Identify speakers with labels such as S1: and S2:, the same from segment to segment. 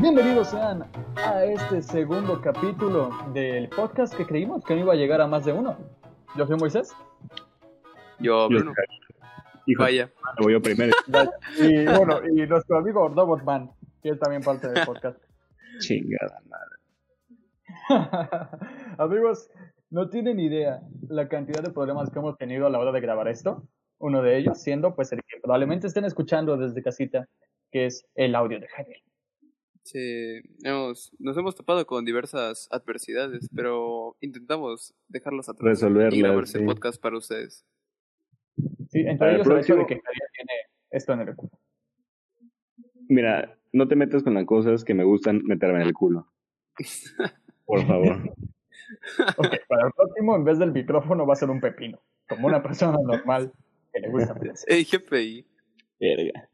S1: Bienvenidos sean a este segundo capítulo del podcast que creímos que no iba a llegar a más de uno. Yo soy Moisés.
S2: Oh,
S3: Yo, Bruno.
S2: Hijo,
S3: Vaya.
S2: voy yo primero.
S1: Y bueno, y nuestro amigo Robotman, que es también parte del podcast.
S2: Chingada madre.
S1: Amigos, no tienen idea la cantidad de problemas que hemos tenido a la hora de grabar esto. Uno de ellos siendo pues el que probablemente estén escuchando desde casita, que es el audio de Javier.
S3: Sí, hemos- nos hemos topado con diversas adversidades, pero intentamos dejarlas atrás y grabar
S2: Resolverla,
S3: este
S2: sí.
S3: podcast para ustedes.
S1: Sí, entre
S2: Para Ah, el
S1: ellos el hecho de
S2: próximo-
S1: que Javier tiene esto en el culo.
S2: Mira, no te metas con las cosas que me gustan meterme en el culo. Por favor.
S1: Ok, para el próximo, en vez del micrófono, va a ser un pepino. Como una persona normal que le gusta placer.
S3: Ey, GPI.
S2: Verga.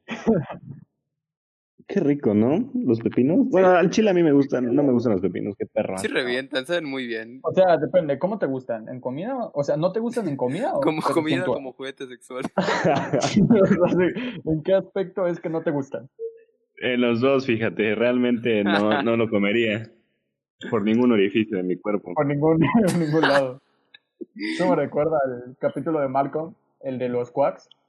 S2: Qué rico, ¿no? Los pepinos. Bueno, al chile a mí me gustan, no me gustan los pepinos, qué perro.
S3: Sí revientan, saben muy bien.
S1: O sea, depende, ¿cómo te gustan? ¿En comida? O sea, ¿no te gustan en comida? O
S3: Como
S1: cosas
S3: comida,
S1: puntuales?
S3: como juguete sexual.
S1: O sea, sí, ¿En qué aspecto es que no te gustan?
S2: En Eh, los dos, fíjate, realmente no, no lo comería por ningún orificio de mi cuerpo.
S1: Por ningún, en ningún lado. Eso me recuerda al capítulo de Malcolm, el de los quacks,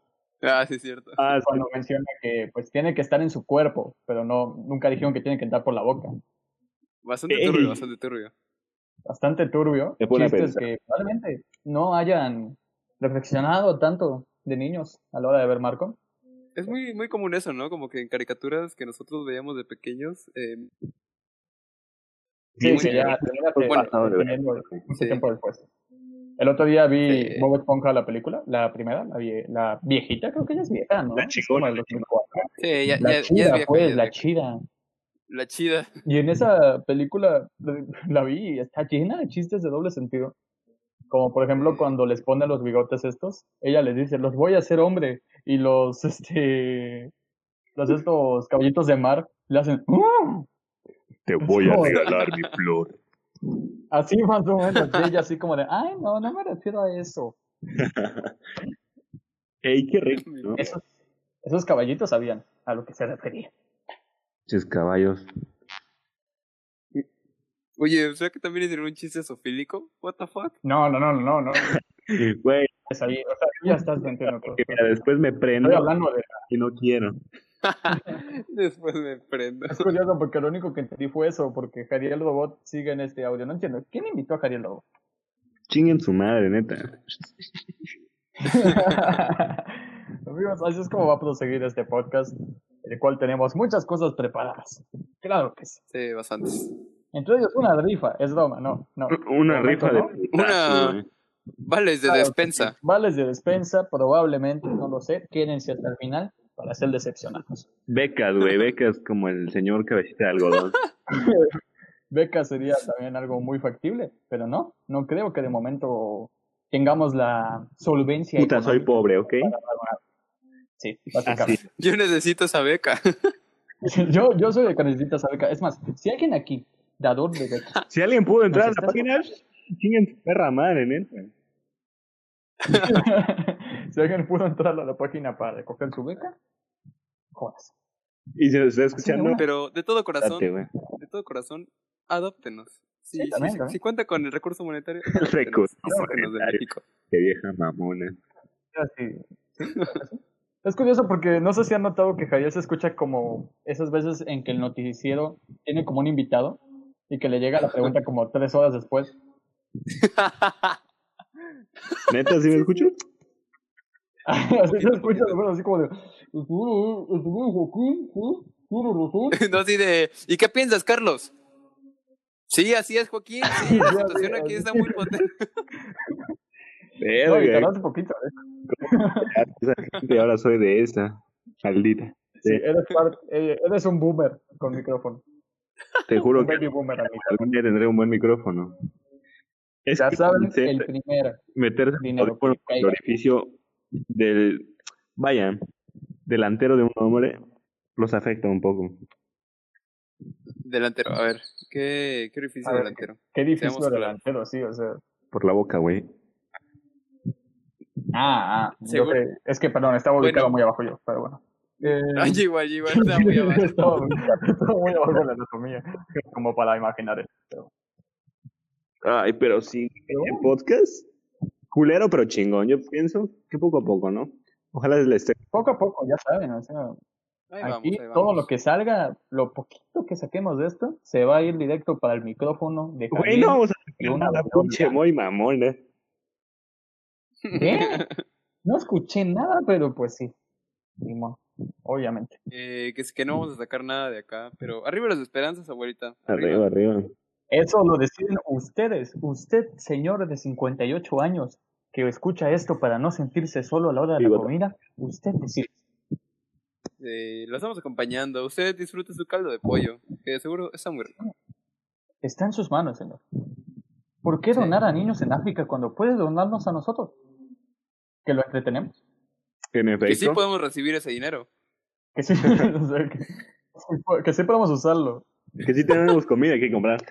S3: Ah, sí, es cierto.
S2: Ah, sí,
S1: cuando menciona que pues tiene que estar en su cuerpo, pero no nunca dijeron que tiene que entrar por la boca.
S3: Bastante
S2: Ey.
S3: turbio, bastante turbio.
S1: bastante turbio.
S2: Te pone a
S1: chistes
S2: pensar.
S1: que probablemente no hayan reflexionado tanto de niños a la hora de ver Marco.
S3: Es muy, muy común eso, ¿no? Como que en caricaturas que nosotros veíamos de pequeños, eh,
S2: Sí,
S1: Sí,
S2: sí,
S1: que ya
S2: Pues bueno, no, de
S1: teniendo mucho
S3: Sí.
S1: tiempo después. El otro día vi
S3: Sí.
S1: Bob Esponja, la película, la primera, la, vie- la viejita, creo que ella es vieja, ¿no?
S2: La chingona,
S1: Es como del 2004.
S3: sí, ya,
S1: La
S3: ya, ya
S1: chida,
S3: es viejo.
S1: pues,
S3: ya es
S1: la
S3: viejo.
S1: chida.
S3: La chida.
S1: Y en esa película eh, la vi y está llena de chistes de doble sentido. Como por ejemplo cuando les pone los bigotes estos, ella les dice, los voy a hacer hombre. Y los, este, los estos caballitos de mar le hacen, "¡Ah!".
S2: Te
S1: voy a
S2: regalar mi flor.
S1: así más o menos. Y ella así como de, ay, no, no me refiero a eso.
S2: Ey, qué rico, ¿no?
S1: Esos, esos caballitos sabían a lo que se refería.
S2: Ches caballos.
S3: Oye, o sea que también hicieron un chiste sofílico. What the fuck?
S1: No, no, no, no, no.
S2: Güey,
S1: Es ahí, o sea, ya estás mintiendo. todo.
S2: Porque mira, después me prendo
S1: Estoy hablando de
S2: y no quiero.
S3: Después me prendo.
S1: Es curioso porque lo único que entendí fue eso, porque Jariel Robot sigue en este audio. No entiendo. ¿Quién invitó a Jariel Robot?
S2: Chinguen su madre, neta.
S1: Amigos, así es como va a proseguir este podcast, el cual tenemos muchas cosas preparadas. Claro que sí.
S3: Sí, bastantes.
S1: Entre ellos una rifa, es broma, no, no.
S2: Una
S1: Momento,
S2: rifa
S1: ¿no?
S2: de...
S3: Una-
S2: güey.
S3: Vales de
S1: Claro,
S3: despensa.
S1: Vales de despensa, probablemente, no lo sé, quédense hasta el final para ser decepcionados.
S2: Becas, güey, becas como el señor cabecita de algodón.
S1: Beca sería también algo muy factible, pero no, no creo que de momento tengamos la solvencia.
S2: Puta, soy
S1: económica
S2: pobre, ¿ok?
S1: para pagar. Sí, básicamente.
S2: Así.
S3: Yo necesito esa beca.
S1: Yo, yo soy de Canelita Sabeca. Es más, si alguien aquí, dador de becas,
S2: Si alguien pudo entrar a
S1: Nos
S2: la
S1: estás-
S2: página, chinguen su perra madre, neta.
S1: si alguien pudo entrar a la página para recoger su beca, jodas.
S2: Y si nos está escuchando,
S3: Pero de todo corazón,
S2: date, güey.
S3: de todo corazón, adóptenos. Si,
S1: Sí,
S3: si-
S1: también,
S3: si-
S1: también.
S3: si cuenta con el recurso monetario, adóptenos
S2: recurso
S3: y sáquenos de
S2: monetario.
S3: México.
S2: Qué vieja mamona.
S1: Así, Ah, sí, así. Es curioso porque no sé si han notado que Javier se escucha como esas veces en que el noticiero tiene como un invitado y que le llega la pregunta como tres horas después.
S2: ¿Neta, si me escucho?
S1: Así se escucha, bueno, así como de... "El señor- el señor Joaquín, sí, tiene razón".
S3: no así de. ¿Y qué piensas, Carlos? Sí, así es, Joaquín. Sí, la
S1: Ya,
S3: situación
S1: ya,
S3: aquí
S1: ya.
S3: está muy potente.
S1: No, y
S2: Verga,
S1: tardaste poquito, ¿eh?
S2: esa gente, ahora soy de esa. Maldita.
S1: Sí,
S2: Sí.
S1: eres, par- eh, eres un boomer con micrófono.
S2: Te juro
S1: Un
S2: que
S1: baby boomer, amigo.
S2: algún día tendré un buen micrófono. Es
S1: Ya
S2: que
S1: saben,
S2: pensé-
S1: el primer.
S2: meterse en
S1: Dinero
S2: por
S1: que caiga.
S2: el orificio del, vaya, delantero de un hombre, los afecta un poco.
S3: Delantero, a ver. Qué, qué difícil
S1: A ver,
S3: delantero.
S1: Qué difícil
S3: Seamos claros.
S1: delantero, sí, o sea.
S2: Por la boca, güey.
S1: Ah, ah. yo
S3: Seguro.
S1: que- es que, perdón, estaba
S3: Ah, Bueno.
S1: ubicado muy abajo yo, pero bueno. Eh,
S3: Ah, yo igual, yo igual, estaba muy abajo.
S1: estaba, muy- estaba muy abajo de la anatomía, como para imaginar eso.
S2: Ay, pero sí, el podcast, culero pero chingón. Yo pienso que poco a poco, ¿no? Ojalá le esté.
S1: Poco a poco, ya saben, o sea,
S3: Ahí vamos,
S1: aquí
S3: ahí
S1: todo
S3: vamos.
S1: lo que salga, lo poquito que saquemos de esto, se va a ir directo para el micrófono de
S2: Güey,
S1: Javier.
S2: no vamos a
S1: y una
S2: la
S1: buena
S2: pinche
S1: onda.
S2: muy mamón, ¿eh?
S1: ¿Qué? ¿Eh? No escuché nada, pero pues sí. Simón, obviamente.
S3: Eh, que, es que no vamos a sacar nada de acá, pero arriba las esperanzas, abuelita.
S2: Arriba, arriba.
S1: Eso lo deciden ustedes. Usted, señor de 58 años, que escucha esto para no sentirse solo a la hora de la
S2: Bigota.
S1: comida, usted decide.
S3: Eh, lo estamos acompañando. Usted disfrute su caldo de pollo, que de seguro está muy rico.
S1: Está en sus manos, señor. ¿Por qué
S3: Sí.
S1: donar a niños en África cuando puede donarnos a nosotros? Que lo entretenemos.
S2: En efecto.
S3: Que sí podemos recibir ese dinero.
S1: Que sí, o sea, que, que sí podemos usarlo.
S2: Que sí tenemos comida que comprar.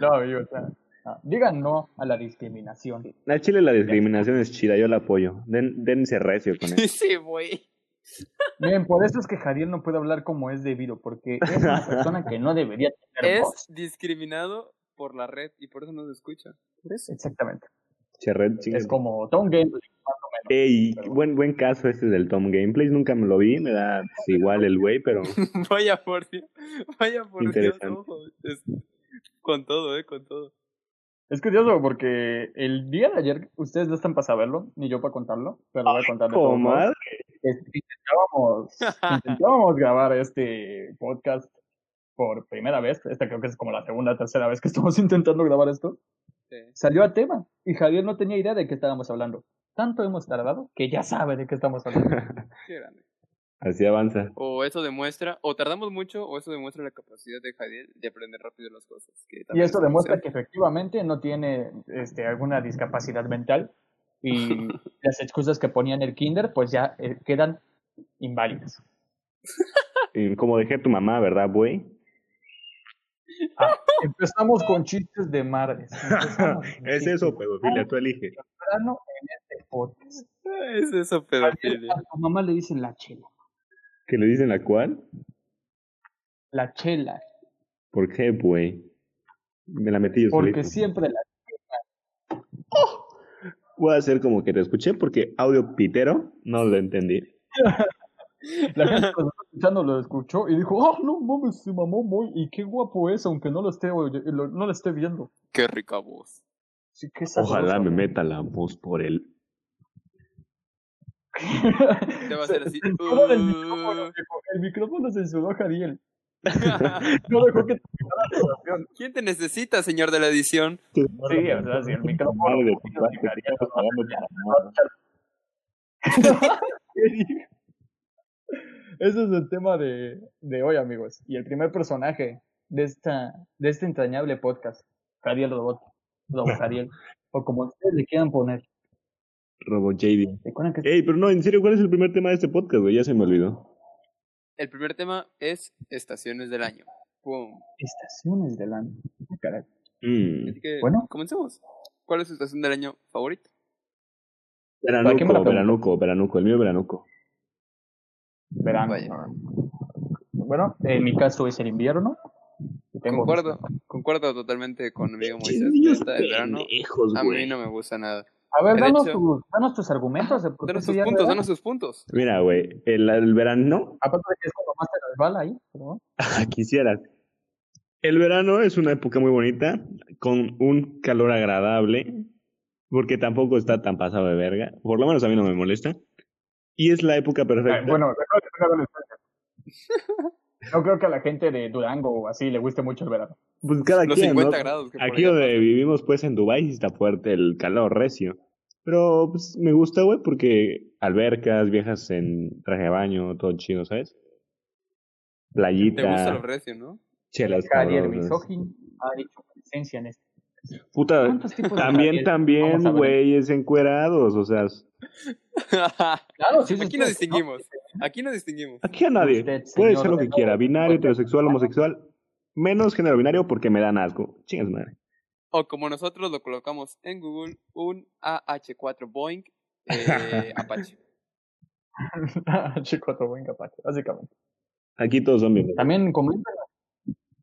S1: No, amigo, o sea, no. digan no a la discriminación.
S2: A Chile la discriminación es chida, yo la apoyo. Den, dense recio con eso.
S3: Sí, güey.
S1: Miren, por eso es que Javier no puede hablar como es debido, porque es una persona que no debería tener
S3: Es
S1: voz.
S3: discriminado por la red y por eso no se escucha. Por eso.
S1: Exactamente.
S2: Cherret, chingue.
S1: Es como Tom Gameplay, más o menos.
S2: Ey, buen, buen caso este del Tom Gameplays. Nunca me lo vi, me da pues, igual el güey, pero
S3: Vaya por Dios. Vaya por Dios.
S2: Interesante.
S3: ojo. Es- Con todo, eh, con todo.
S1: Es curioso porque el día de ayer ustedes no están para saberlo, ni yo para contarlo, pero lo voy a contar de todos modos.
S2: comadre.
S1: Este, Intentábamos, intentábamos grabar este podcast por primera vez. Esta creo que es como la segunda, tercera vez que estamos intentando grabar esto.
S3: Sí.
S1: Salió a tema y Javier no tenía idea de qué estábamos hablando. Tanto hemos tardado que ya sabe de qué estamos hablando.
S3: Qué grande.
S2: Así avanza.
S3: O eso demuestra, o tardamos mucho, o eso demuestra la capacidad de Javier de aprender rápido las cosas. que
S1: Y
S3: también
S1: esto
S3: es
S1: demuestra
S3: demasiado.
S1: que efectivamente no tiene este, alguna discapacidad mental y las excusas que ponía en el kinder pues ya eh, quedan inválidas.
S2: Y Como dejé a tu mamá, ¿verdad, güey?
S1: Empezamos con chistes de madres. Empezamos con
S2: es
S1: chistes
S2: eso,
S1: de
S2: pedofilia, tú elige.
S1: plano en este podcast.
S3: Ah, Es eso, pedofilia.
S1: A tu mamá le dicen la chela.
S2: ¿Que le dicen la cual?
S1: La chela.
S2: ¿Por qué, güey? Me la metí yo
S1: Porque
S2: solito.
S1: siempre la...
S2: Voy a hacer como que te escuché porque audio pitero no lo entendí.
S1: La gente que lo está escuchando lo escuchó y dijo, ah, no mames, se mamó muy y qué guapo es, aunque no lo esté, oye- lo- no lo esté viendo.
S3: Qué rica voz.
S1: Sí, qué sabroso,
S2: Ojalá me
S1: ¿no?
S2: meta la voz por él.
S3: Te va a hacer así. uh.
S1: Censuró el micrófono, viejo. El micrófono censuró a Jariel. No dejó que terminara la grabación.
S3: ¿Quién te necesita, señor de la edición?
S1: Sí, o sea, si el micrófono.
S2: Madre,
S1: no
S2: papá, te
S1: Jariel,
S2: estás
S1: no,
S2: pagando
S1: ya.
S2: para nada.
S1: Ese es el tema de, de hoy, amigos. Y el primer personaje de, esta, de este entrañable podcast, Jariel Robot. Don Jariel. O como ustedes le quieran poner.
S2: Robo JD.
S1: Recuerden que
S2: Ey, pero no, en serio, ¿cuál es el primer tema de este podcast, güey? Ya se me olvidó.
S3: El primer tema es estaciones del año. Pum.
S1: estaciones del año. Ah, caray.
S2: Mm.
S3: Así que,
S1: Bueno.
S3: comencemos. ¿Cuál es su estación del año favorita?
S1: ¿Para qué me la preguntas?
S2: Veranuco, veranuco, veranuco, el mío es veranuco.
S1: Verano.
S3: Vaya.
S1: Bueno, en mi caso es el invierno. Tengo
S3: Concuerdo, concuerdo totalmente con mi amigo Moisés.
S2: Niños
S3: Neta, el verano
S2: pendejos,
S3: a
S2: güey.
S3: mí no me gusta nada.
S1: A ver,
S3: De
S1: danos,
S3: hecho-
S1: tus, danos tus argumentos. De por qué
S3: Danos
S1: tu
S3: sus
S1: día de
S3: puntos,
S1: edad.
S3: danos sus puntos.
S2: Mira, güey, el, el verano,
S1: Aparte de que es cuando más te resbala ahí. pero bueno.
S2: quisieras. El verano es una época muy bonita, con un calor agradable, porque tampoco está tan pasado de verga. Por lo menos a mí no me molesta. Y es la época perfecta.
S1: Ah, bueno, déjame- déjame decirte. no creo que a la gente de Durango o así le guste mucho el verano.
S2: Pues cada
S3: Los
S2: quien,
S3: 50
S2: ¿no?
S3: grados. que por
S2: Aquí
S3: allá
S2: donde vivimos, pues en Dubái sí está fuerte el calor recio. Pero pues, me gusta, güey, porque albercas, viejas en traje de baño, todo chido, ¿sabes?
S3: pasa. Te gusta
S2: Playita,
S3: lo recio, ¿no?
S2: chelas
S1: Javier
S2: cabrosas.
S1: Misogin ha hecho presencia en este.
S2: Puta,
S1: ¿Cuántos tipos de
S2: también,
S1: Javier?
S2: también,
S1: Vamos a ver.
S2: güeyes encuerados, o sea,
S1: Claro, sí, sí,
S3: Aquí nos
S1: sí, ¿no?
S3: distinguimos. Aquí nos distinguimos.
S2: aquí a nadie.
S1: Usted,
S2: Puede
S1: señor,
S2: ser lo que
S1: no,
S2: quiera, binario,
S1: porque-
S2: heterosexual, homosexual, menos género binario porque me dan asco. Chingas madre.
S3: O como nosotros lo colocamos en Google, un AH4 Boeing eh, Apache.
S1: Ah, Chico, buen Apache, básicamente.
S2: Aquí todos son bien.
S1: También comenta.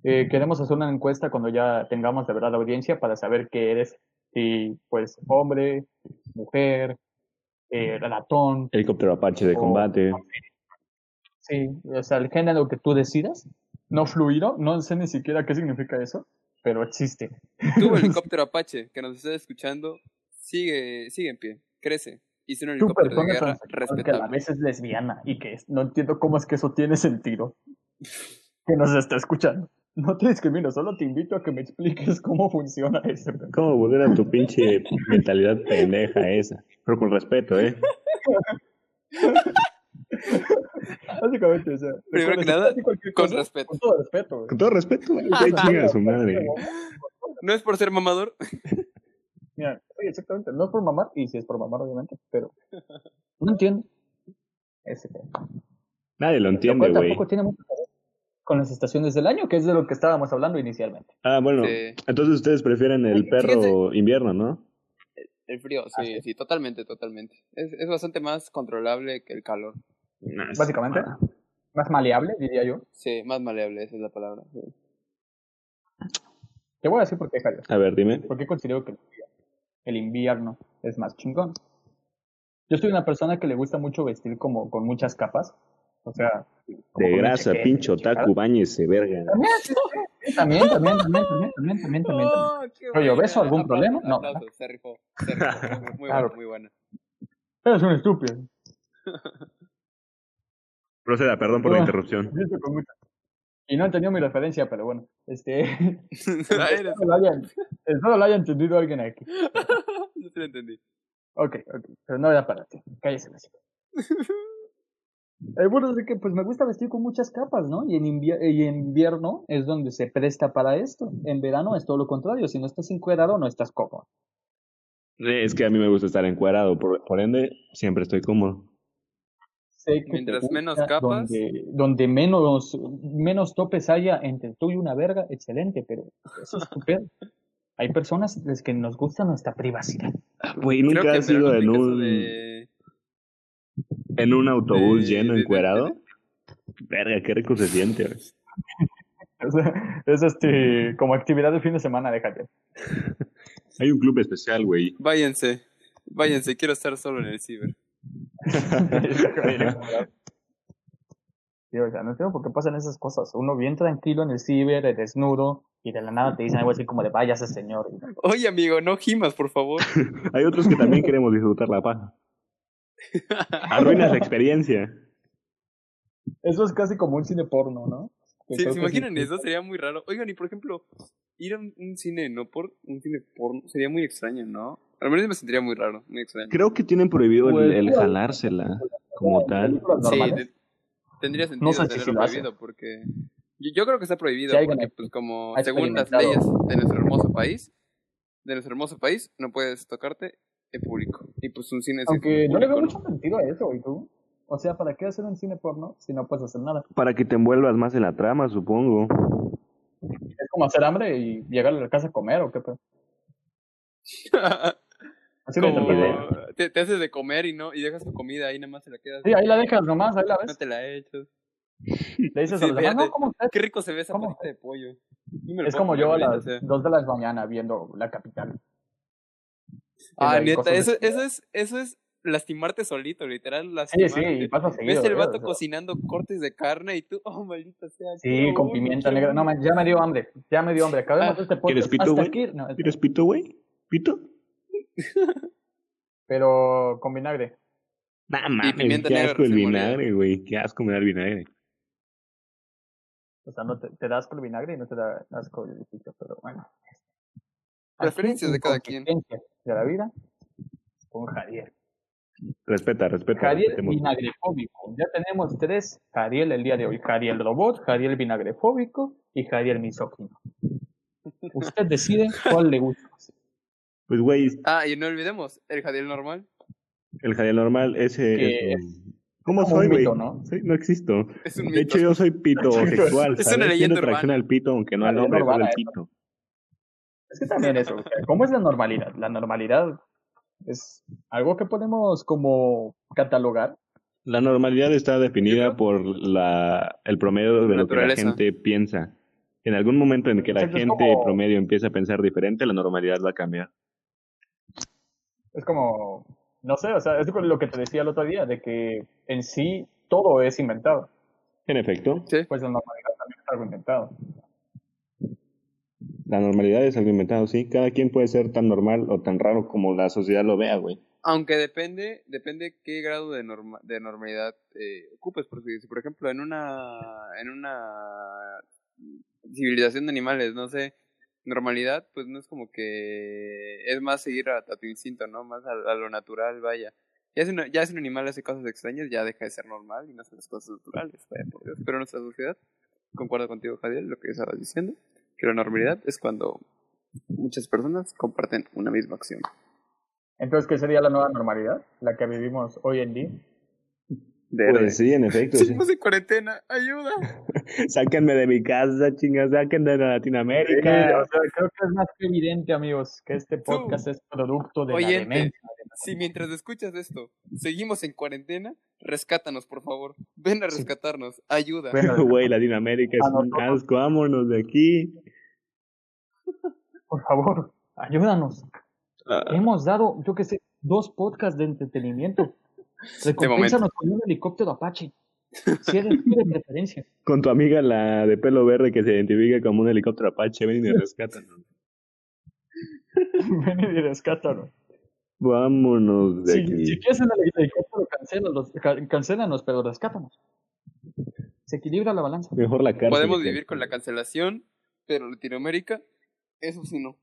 S1: Eh, queremos hacer una encuesta cuando ya tengamos de verdad la audiencia para saber qué eres. Si, pues, hombre, mujer, eh, ratón.
S2: Helicóptero Apache de
S1: o-
S2: combate.
S1: Sí, o sea, el género que tú decidas. No fluido, no sé ni siquiera qué significa eso, pero existe.
S3: Tu helicóptero Apache que nos está escuchando sigue, sigue en pie, crece. Y es un
S1: Tu
S3: helicóptero de
S1: persona
S3: guerra
S1: transexual que a la
S3: respetable.
S1: vez es lesbiana y que es- no entiendo cómo es que eso tiene sentido. Que nos está escuchando. No te discrimino, solo te invito a que me expliques cómo funciona eso.
S2: ¿Cómo volver a tu pinche mentalidad pendeja esa? Pero con respeto, ¿eh?
S1: Básicamente, o sea,
S3: Primero
S1: con-
S3: que nada,
S1: cualquier
S3: con
S1: cosa,
S3: respeto.
S1: Con todo respeto, güey.
S2: Con todo respeto, güey. Usted chinga a su madre.
S3: No es por ser mamador.
S1: Mira, sí, exactamente. No es por mamar, y si es por mamar, obviamente, pero no entiendo ese tema.
S2: Nadie lo
S1: Lo
S2: entiende,
S1: cual
S2: güey.
S1: tampoco tiene mucho que ver con las estaciones del año, que es de lo que estábamos hablando inicialmente.
S2: Ah, bueno.
S3: Sí.
S2: Entonces ustedes prefieren el
S3: Fíjense.
S2: perro invierno, ¿no?
S3: El frío, sí,
S1: Así
S3: sí, totalmente, totalmente. Es, es bastante más controlable que el calor.
S2: Nah, es-
S1: Básicamente.
S2: ah.
S1: Más maleable, diría yo.
S3: Sí, más maleable, esa es la palabra. sí.
S1: Te voy a decir por qué, Javier.
S2: A ver, dime.
S1: ¿Por qué considero que el invierno es más chingón? Yo soy una persona que le gusta mucho vestir como con muchas capas. O sea, como
S2: De
S1: con una
S2: grasa,
S1: chaqueta,
S2: pincho,
S1: chingada.
S2: taco, bañese, verga.
S1: También, sí, sí, también, también, también, también, también, también, también.
S3: Oh, qué
S1: Oye,
S3: buena.
S1: ¿beso? ¿Algún problema? No.
S3: aplausos, se rifó, se rifó. Muy, muy
S1: Claro.
S3: buena, muy buena.
S1: Eres un estúpido.
S2: Proceda, perdón
S1: por la Bueno.
S2: interrupción.
S1: Listo, con mucho. Y no entendió mi referencia, pero bueno, este,
S3: Ay, eres-
S1: espero lo hayan- espero lo haya entendido alguien aquí.
S3: Yo sí lo entendí.
S1: Ok, ok, pero no era para ti. Cállese, la chica. El bueno es de que pues me gusta vestir con muchas capas, ¿no? Y en, invier- y en invierno es donde se presta para esto. En verano es todo lo contrario. Si no estás encuerado, no estás cómodo.
S2: Es que a mí me gusta estar encuadrado, por, por ende, siempre estoy cómodo.
S1: Sé que te
S3: Mientras menos
S1: gusta
S3: capas.
S1: Donde, donde menos, menos topes haya entre tú y una verga, excelente, pero eso es tu pedo. Hay personas las que nos gusta nuestra privacidad.
S2: Güey,
S3: Ah, Creo
S2: ¿nunca
S3: que
S2: has
S3: Verón
S2: ido en
S3: aplica eso
S2: un,
S3: de-
S2: en un autobús
S3: de-
S2: lleno
S3: de-
S2: encuerado? Verga, qué rico se siente. güey.
S1: O sea, es este, como actividad de fin de semana de Javier.
S2: Hay un club especial, güey.
S3: Váyanse, váyanse, quiero estar solo en el ciber.
S1: Sí, o sea, no entiendo por qué pasan esas cosas. Uno bien tranquilo en el ciber, el desnudo, y de la nada te dicen algo así como de váyase, señor. Y no,
S3: Oye, amigo, no gimas, por favor.
S2: Hay otros que también queremos disfrutar la paja. Arruinas la experiencia.
S1: Eso es casi como un cine porno, ¿no? Que
S3: Sí,
S1: creo
S3: ¿Se
S1: que sí.
S3: imaginan eso? Sería muy raro. Oigan, y por ejemplo, ir a un, un cine no por un cine porno sería muy extraño, ¿no? Al menos yo me sentiría muy raro, muy extraño.
S2: Creo que tienen prohibido el,
S1: Pues,
S2: el
S1: sí,
S2: jalársela como tal.
S1: Películas
S3: Sí,
S1: normales.
S3: te- tendría sentido
S1: No sé si
S3: tenerlo
S1: sí lo hacen.
S3: prohibido porque yo, yo creo que está prohibido
S1: Si alguien
S3: porque
S1: ha-
S3: pues como
S1: ha
S3: según las leyes
S1: experimentado.
S3: de nuestro hermoso país, de nuestro hermoso país no puedes tocarte en público y pues un cine es
S1: Aunque no le veo
S3: público,
S1: mucho sentido a eso, ¿y tú? O sea, ¿para qué hacer un cine porno si no puedes hacer nada?
S2: Para que te envuelvas más en la trama, supongo.
S1: Es como hacer hambre y llegar a la casa a comer o qué pedo. Así de
S3: Como,
S1: tranquilo.
S3: te, te haces de comer y no y dejas tu comida ahí nada más te la quedas.
S1: Sí, ahí la dejas nomás, ahí la
S3: No
S1: ves.
S3: te la echas.
S1: Le dices
S3: Sí,
S1: a los demás,
S3: fíjate.
S1: no, ¿cómo estás?
S3: Qué rico se ve esa
S1: ¿Cómo?
S3: patita de pollo. Yo me lo
S1: Es
S3: puedo
S1: como
S3: comer,
S1: yo a
S3: neta,
S1: las
S3: o sea.
S1: 2 de la mañana viendo la capital.
S3: Ah,
S1: Hay
S3: neta,
S1: cosas
S3: eso,
S1: de-
S3: eso es eso es lastimarte solito, literal,
S1: Sí,
S3: lastimarte.
S1: sí, y pasa seguido.
S3: Ves el
S1: eh,
S3: vato
S1: o sea.
S3: cocinando cortes de carne y tú, oh, maldita sea.
S1: Sí, con pimienta negra. No, man, ya me dio hambre. Ya me dio hambre. Acabemos
S3: Ah,
S1: este
S2: ¿quieres
S1: podcast.
S2: pito,
S1: Hasta
S2: güey?
S1: aquí. No, es-
S2: ¿Tienes pito, güey? ¿Pito?
S1: pero con vinagre.
S2: Nah, mames,
S3: pimienta
S2: qué
S3: negra
S2: asco el
S3: recién molida.
S2: vinagre, güey. Qué asco me da el vinagre.
S1: O sea, no te, te da asco el vinagre y no te da asco el pito, pero bueno.
S3: Preferencias de cada quien.
S1: Inconsistencias De la vida. Con Javier.
S2: Respeta, respeta.
S1: Jariel
S2: respetemos.
S1: vinagrefóbico. Ya tenemos tres Jariel el día de hoy. Jariel robot, Jariel vinagrefóbico y Jariel misógino. Usted decide cuál le gusta. más.
S2: Pues, güey,
S3: Ah, y no olvidemos, el jadiel normal.
S2: el jardín normal ese
S1: Que
S2: es un- ¿Cómo
S1: como
S2: soy,
S1: un
S2: güey?
S1: mito, ¿no?
S2: Soy- no existo.
S3: Es un
S2: De
S3: mito.
S2: hecho, yo soy pito sexual.
S3: Es
S2: ¿sabes?
S3: una leyenda
S2: Siento atracción
S3: urbana.
S2: al pito, aunque no al
S1: Una
S2: hombre,
S1: leyenda
S2: solo al
S1: urbana,
S2: pito.
S1: Es que también eso. o sea, ¿Cómo es la normalidad? La normalidad Es algo que podemos como catalogar.
S2: La normalidad está definida por la, el promedio de lo que la gente piensa. En algún momento en que la
S1: Exacto, es
S2: gente
S1: como-
S2: promedio empieza a pensar diferente, la normalidad va a cambiar.
S1: Es como, no sé, o sea, es lo que te decía el otro día, de que en sí todo es inventado.
S2: En efecto,
S3: Sí,
S1: Pues la normalidad también es algo inventado.
S2: la normalidad es algo inventado, sí. Cada quien puede ser tan normal o tan raro como la sociedad lo vea, güey.
S3: aunque depende, depende qué grado de, norma, de normalidad eh, ocupes, porque si por ejemplo en una, en una civilización de animales, no sé, normalidad, pues no es como que es más seguir a, a tu instinto, ¿no? Más a, a lo natural, vaya. Ya si, una- ya si un animal hace cosas extrañas, ya deja de ser normal y no hace las cosas naturales, vaya por Dios. Pero nuestra sociedad, concuerdo contigo, Javier, lo que estabas diciendo, que la normalidad es cuando muchas personas comparten una misma acción.
S1: Entonces, ¿qué sería la nueva normalidad? La que vivimos hoy en día.
S3: De
S2: Pues sí, en efecto, sí.
S3: Seguimos en cuarentena, ayuda.
S2: Sáquenme de mi casa, chingas, sáquenme de
S1: Eh,
S2: Latinoamérica.
S1: o sea, creo que es más que evidente, amigos, que este podcast es producto de la
S3: Oyente.
S1: demencia.
S3: Si mientras escuchas esto, seguimos en cuarentena, rescátanos, por favor. Ven a rescatarnos, ayuda.
S1: Bueno,
S2: Güey, Latinoamérica es
S1: A
S2: un
S1: nosotros.
S2: asco, vámonos de aquí.
S1: por favor, ayúdanos.
S2: Ah,
S1: Hemos dado, yo qué sé, dos podcasts de entretenimiento. Recompénsanos con un helicóptero Apache. Si eres tú de preferencia.
S2: Con tu amiga la de pelo verde que se identifica como un helicóptero Apache, ven y rescátanos.
S1: Ven y rescátalo.
S2: Vámonos de
S1: Si,
S2: aquí.
S1: si quieres en el helicóptero, cancélalos, ca- cancélanos, pero rescátanos. Se equilibra la balanza.
S2: Mejor la cárcel.
S3: Podemos
S2: que-
S3: vivir con la cancelación, pero Latinoamérica, eso sí no.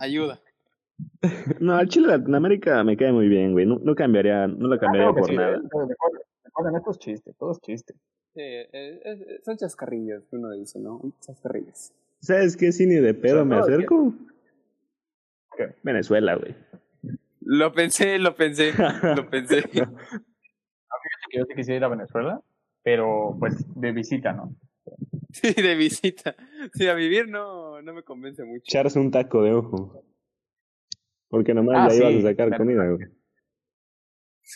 S3: Ayuda.
S2: No, al Chile Latinoamérica me cae muy bien, güey. No, no cambiaría, no la cambiaría
S1: Claro que
S2: por
S1: sí,
S2: nada.
S1: eh, pero mejor- mejor en estos chistes, todos chistes.
S3: son chascarrillos, uno dice, ¿no? Chascarrillos.
S2: ¿Sabes qué cine de pedo
S1: O sea,
S2: me
S1: no, es que-
S2: acerco?
S1: ¿Qué?
S2: Venezuela, güey.
S3: Lo pensé, lo pensé, lo pensé.
S1: que yo sí quisiera ir a Venezuela, pero pues de visita, ¿no?
S3: Sí, de visita. Sí, a vivir no, no me convence mucho.
S2: Echarse un taco de ojo. Porque nomás
S1: Ah,
S2: ya
S1: sí.
S2: ibas a sacar
S1: Claro.
S2: comida, güey.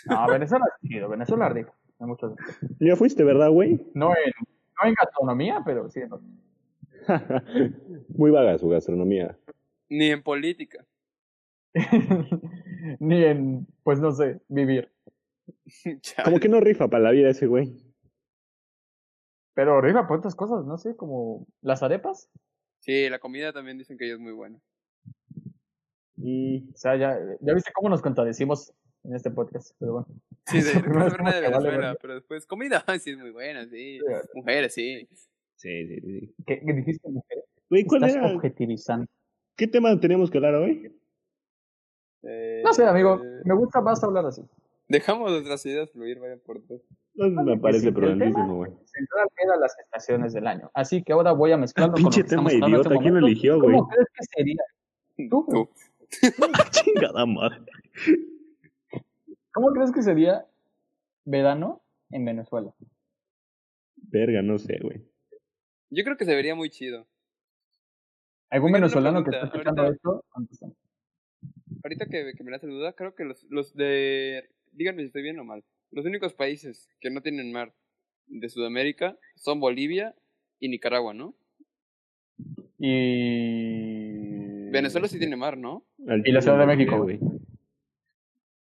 S1: No, Venezuela es chido, Venezuela es rico. hay muchos-
S2: Ya fuiste, ¿verdad, güey?
S1: No en, no en gastronomía, pero sí en otros.
S2: muy vaga su gastronomía.
S3: Ni en política.
S1: Ni en, pues no sé, vivir.
S2: Como que no rifa para la vida ese güey.
S1: Pero arriba por otras cosas, no sé, como las arepas.
S3: Sí, la comida también dicen que ella es muy buena.
S2: Mm,
S1: O sea, ya, ya viste cómo nos contradecimos en este podcast, pero bueno.
S3: Sí, de, no
S1: Primero
S3: saber nada
S1: como que vale
S3: de Venezuela,
S1: verga.
S3: pero después comida, ah, sí, es muy buena, sí.
S1: Sí.
S3: Mujeres, sí.
S2: Sí, sí, sí.
S1: ¿Qué, qué dijiste, mujer?
S2: Güey, ¿cuál
S1: Estás
S2: era?
S1: objetivizando.
S2: ¿Qué tema teníamos que hablar hoy?
S3: Eh,
S1: No sé, amigo,
S3: eh,
S1: me gusta más hablar así.
S3: Dejamos nuestras ideas fluir, vaya por dos.
S2: No, me parece
S1: pues el tema-
S2: problemísimo, güey.
S1: central era las estaciones del año. Así que ahora voy a mezclarlo con lo
S2: Pinche
S1: que
S2: tema
S1: estamos hablando en este
S2: idiota, ¿quién lo
S1: momento.
S2: eligió, güey?
S1: ¿Cómo crees que sería? Tú, güey.
S3: Tú.
S2: Chingada madre.
S1: ¿Cómo crees que sería verano en Venezuela?
S2: Verga, no sé, güey.
S3: Yo creo que se vería muy chido.
S1: ¿Algún
S3: Oigan, una
S1: venezolano que
S3: pregunta,
S1: esté escuchando
S3: ahorita-
S1: esto? contéstame.
S3: Ahorita que, que me nace la duda, creo que los, los de... Díganme si estoy bien o mal. Los únicos países que no tienen mar de Sudamérica son Bolivia y Nicaragua, ¿no?
S1: Y...
S3: Venezuela sí tiene mar, ¿no?
S2: Al
S1: Y la Ciudad de
S2: chile,
S1: México,
S2: güey.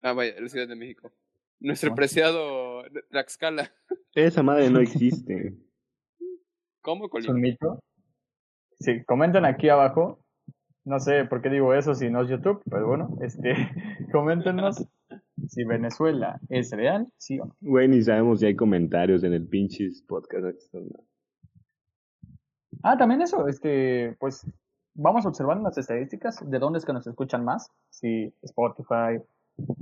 S3: Ah, vaya, la Ciudad de México. Nuestro
S1: Ah.
S3: preciado Tlaxcala.
S2: Esa madre no existe.
S3: ¿Cómo,
S1: ¿Es un
S3: Colima?
S1: mito? Sí, comenten aquí abajo. No sé por qué digo eso si no es YouTube, pero bueno, este, coméntenos si Venezuela es real, sí o no.
S2: Güey, ni sabemos si hay comentarios en el pinche podcast.
S1: Ah, también eso, este, pues vamos observando las estadísticas de dónde es que nos escuchan más, si Spotify,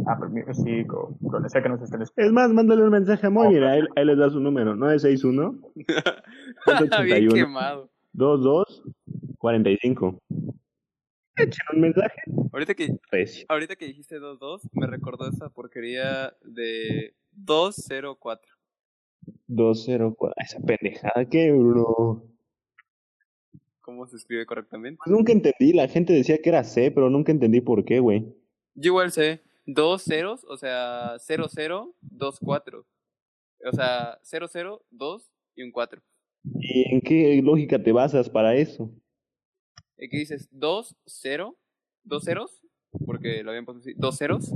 S1: Apple Music o donde sea que nos estén escuchando.
S2: Es más, mándale un mensaje a Moy. Mira, él, él les da su número. 961
S3: Bien
S2: 181.
S3: quemado.
S2: 22 45. Echen un mensaje. pues,
S3: Ahorita que,
S2: Recio.
S3: ahorita que dijiste 2-2, me recordó esa porquería de 204.
S2: 204. Esa pendejada que, Bruno.
S3: ¿Cómo se escribe
S2: Pues
S3: correctamente?
S2: Nunca entendí. La gente decía que era C, pero nunca entendí por qué, güey.
S3: Yo igual sé. dos ceros, o sea, cero, cero, dos, cuatro. O sea, cero, cero, dos y un cuatro.
S2: ¿Y en qué lógica te basas para eso?
S3: Aquí dices dos, cero, dos ceros, porque lo habían puesto así, dos ceros,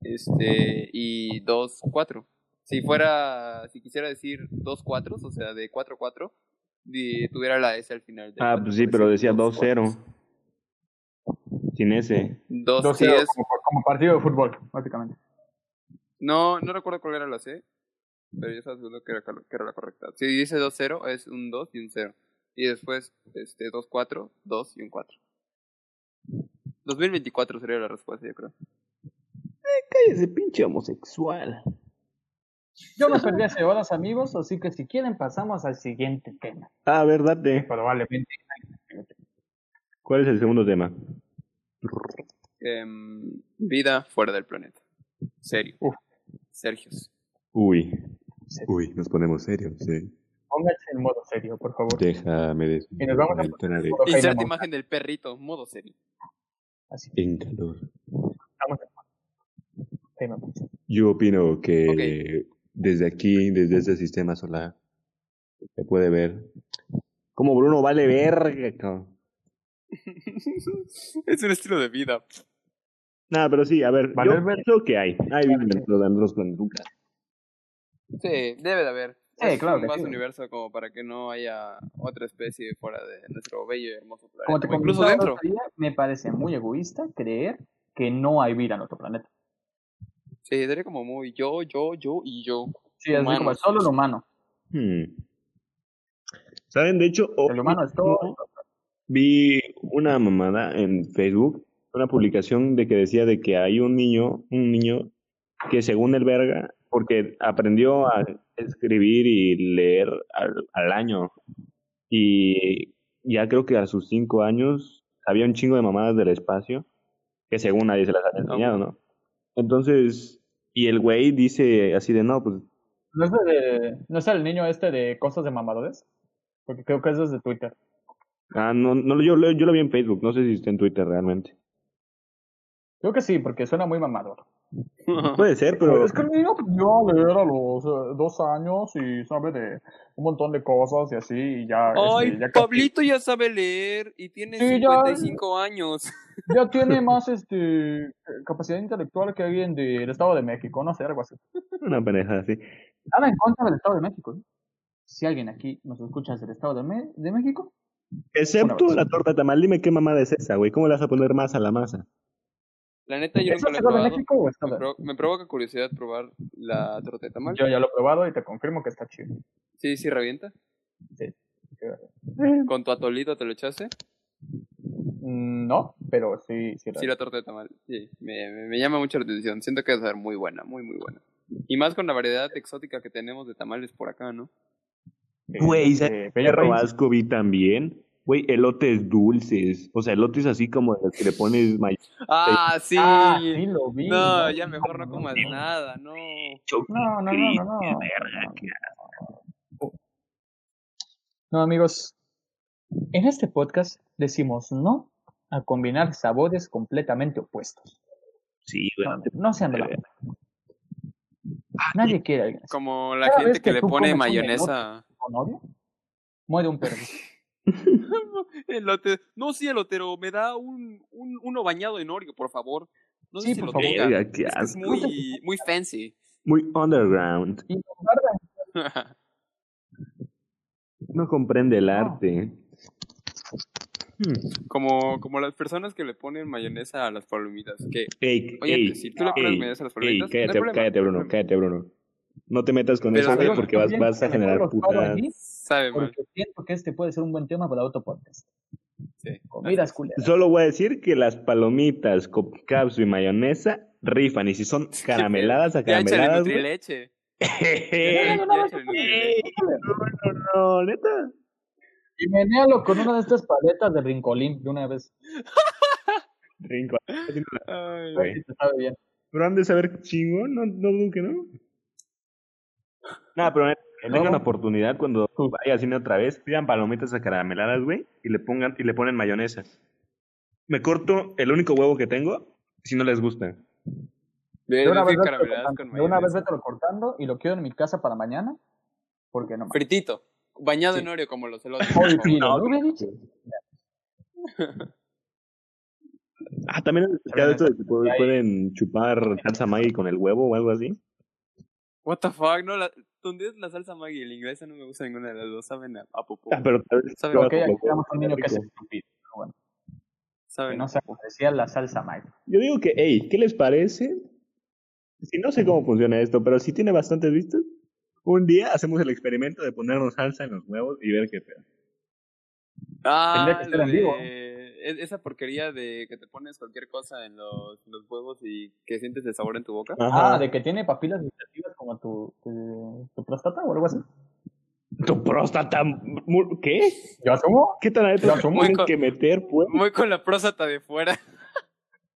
S3: este, y dos, cuatro. Si fuera, si quisiera decir dos cuatros, o sea, de cuatro, cuatro, di- tuviera la S al final. del
S2: Ah,
S3: cuatro,
S2: pues sí,
S3: por
S2: pero
S3: decir
S2: decía
S3: dos
S2: 2-0.
S3: cuatros.
S2: Sin ese.
S3: Dos,
S1: 2-0,
S3: sí es-
S1: como, como partido de fútbol, básicamente.
S3: No, no recuerdo cuál era la C, pero yo estaba seguro que era, cal- que era la correcta. Si dice 2-0, es un 2 y un 0. Y después, este, 2-4, 2 y un 4. 2024 sería la respuesta, yo creo.
S2: Pues Cállese, pinche homosexual.
S1: Yo no perdí hace horas, amigos, así que si quieren pasamos al siguiente tema.
S2: Ah, a ver, date.
S1: Probablemente.
S2: ¿Cuál es el segundo tema?
S3: Em, vida fuera del planeta. Serio.
S1: Uf.
S3: Sergios.
S2: Uy. Uy, nos ponemos serios, sí.
S1: Pónganse en modo serio, por favor.
S2: Déjame decir.
S1: Y nos vamos a Ok,
S3: Inserte
S1: vamos.
S3: imagen del perrito, modo serio.
S1: Así,
S2: En calor.
S1: estamos en modo tema.
S2: Yo opino que desde aquí, desde este sistema solar, se puede ver. Como Bruno vale verga, cabrón.
S3: es un estilo de vida.
S2: Nada, pero sí, a ver,
S1: Valer
S2: yo
S1: verga.
S2: creo que hay. Hay vida dentro de los planetas.
S3: Sí, debe de haber.
S1: Sí,
S3: es
S1: claro
S3: un
S1: que
S3: vasto
S1: sí.
S3: universo como para que no haya otra especie fuera de nuestro bello y hermoso planeta.
S1: Como te
S3: o incluso
S1: comentaba el
S3: dentro.
S1: otro día, me parece muy egoísta creer que no hay vida en otro planeta.
S3: Sí, sería como muy yo, yo, yo y yo.
S1: Sí, así como
S3: Humanos.
S1: solo el humano.
S2: Hmm. ¿Saben? De hecho, hoy
S1: El humano es todo.
S2: vi una mamada en Facebook, una publicación de que decía de que hay un niño, un niño que según el verga, porque aprendió a escribir y leer al, al año. Y ya creo que a sus cinco años había un chingo de mamadas del espacio, que según nadie se las había enseñado, ¿no? Entonces, y el güey dice así de, no, pues
S1: ¿No es, de- ¿No es el niño este de cosas de mamadores? Porque creo que eso es de Twitter.
S2: Ah, no, no yo, lo- yo lo vi en Facebook, no sé si está en Twitter realmente.
S1: Creo que sí, porque suena muy mamador. Pues, este,
S2: Puede ser, pero
S1: Es que el niño aprendió a leer a los eh, dos años y sabe de un montón de cosas y así, y ya.
S3: Ay,
S1: este, ya casi-
S3: Pablito ya sabe leer y tiene
S1: Sí, ya.
S3: 55 años.
S1: Ya tiene más este capacidad intelectual que alguien del Estado de México, no sé, algo así.
S2: una pareja así.
S1: Nada en contra del Estado de México. ¿eh? Si alguien aquí nos escucha es del Estado de, Me- de México,
S2: Excepto
S1: Una
S2: la torta de tamal, dime qué mamada es esa, güey. ¿Cómo le vas a poner más a la masa?
S3: La neta, yo
S1: ¿es el
S3: nunca la he
S1: Estado de
S3: probado.
S1: México o Estado
S3: Me,
S1: de
S3: pro- me provoca curiosidad probar la torta de tamal.
S1: Yo ya lo he probado y te confirmo que está chido.
S3: Sí, sí, revienta. Con tu atolito te lo echaste.
S1: Mm, No, pero sí, sí.
S3: Sí, la torta de tamal. Sí, me, me- me llama mucho la atención. Siento que va a ser muy buena, muy, muy buena. Y más con la variedad exótica que tenemos de tamales por acá, ¿no?
S1: sí,
S2: Güey,
S1: sí,
S2: ¿sabes
S1: Bella Reigns.
S2: Tabasco eh, vi también. Güey, elotes dulces. O sea, elotes así como los que le pones mayo.
S3: Ah, sí.
S1: Ah, sí lo vi.
S3: No, ya mejor no comas nada, no.
S1: No, no, no, no, no. No, amigos. En este podcast decimos no a combinar sabores completamente opuestos.
S2: Sí, güey.
S1: No, no sean de la Nadie quiere a alguien así.
S3: Como la
S1: Cada vez
S3: gente que,
S1: que
S3: le
S1: tú
S3: pone
S1: comes un
S3: mayonesa.
S1: ¿Con odio? Muere un perro.
S3: Elote- No, sí, elotero, me da un, un uno bañado en Oreo, por favor. No sé
S1: Sí,
S3: si
S1: por
S3: lo
S1: favor.
S3: tenga.
S2: Verga,
S3: Es que
S2: qué
S3: es
S2: asco.
S3: muy, muy fancy.
S2: Muy underground.
S1: Y lo guardan.
S2: No comprende el arte. Hmm.
S3: como, como las personas que le ponen mayonesa a las palomitas. Que,
S2: Ey,
S3: oye,
S2: ey,
S3: si tú le pones
S2: ey,
S3: mayonesa a las
S2: Ey,
S3: palomitas, no hay
S2: cállate,
S3: problema, no
S2: cállate,
S3: hay
S2: Bruno,
S3: problema.
S2: cállate, Bruno. No te metas con
S3: Pero
S2: eso, güey,
S3: amigos,
S2: porque vas,
S1: También
S2: vas a
S1: se me
S2: generar
S1: fue los pavos
S2: putas.
S1: allí,
S3: Sabe mal.
S1: Porque siento que este puede ser un buen tema para otro podcast.
S3: Sí.
S1: Comidas culeras.
S2: Solo voy a decir que las palomitas con capsu y mayonesa rifan. Y si son carameladas,
S3: Ya échale
S2: acarameladas, güey.
S1: Eh.
S3: Nutrileche.
S2: Jeje.
S1: No, no, no,
S3: Ya échale Nutrileche.
S2: No, no, neta.
S1: Y menéalo con una de estas paletas de rincolín de una vez.
S2: Rincón.
S3: Ay,
S2: Güey.
S1: Sí, te sabe bien.
S2: Pero han de saber chingón, no, no dudo que no. Nada, pero neta, que tengan oportunidad cuando vaya al cine otra vez, pidan palomitas acarameladas, güey, y le pongan, y le ponen mayonesa. Me corto el único huevo que tengo si no les gusta.
S3: De,
S1: De una, vez vételo cortando,
S3: caramelada con
S1: de una vez
S3: mayonesa.
S1: vételo cortando y lo quiero en mi casa para mañana. Porque no más.
S3: Fritito. Bañado
S1: Sí.
S3: en Oreo como los elotes.
S1: Oye,
S3: por favor.
S1: Piro,
S2: no,
S1: ¿no me dices?
S2: Ah, también han explicado esto de que pu- pueden chupar salsa Maggi con el huevo o algo así.
S3: What the fuck, no, la, donde es la salsa Maggi, la inglesa no me gusta ninguna de las dos, saben a, a popó,
S2: Ah, pero tal vez
S3: Sabe
S2: pruebas
S1: Ok,
S2: con
S1: aquí
S2: los
S1: tenemos un niño que
S2: huevos,
S1: es
S2: rico.
S1: estúpido. Que
S3: saben
S1: no
S3: a
S1: se
S3: popó.
S1: aprecia la salsa Mike.
S2: Yo digo que, hey, ¿qué les parece? Si no sé cómo funciona esto, pero si tiene bastantes vistas, un día hacemos el experimento de ponernos salsa en los huevos y ver qué pedo.
S3: Ah,
S1: Tendría que
S3: lo
S1: ser en vivo.
S3: de- e- Ah, esa porquería de que te pones cualquier cosa en los, en los huevos y que sientes el sabor en tu boca.
S1: Ah, de que tiene papilas gustativas como tu, tu, tu próstata o algo así.
S2: tu próstata. mu- ¿Qué?
S1: ¿Yo asumo?
S2: ¿Qué tan adentro
S1: Lo
S2: te
S1: asumo.
S2: tienes
S3: Muy co-
S2: que meter, pues?
S3: Muy con la próstata de fuera.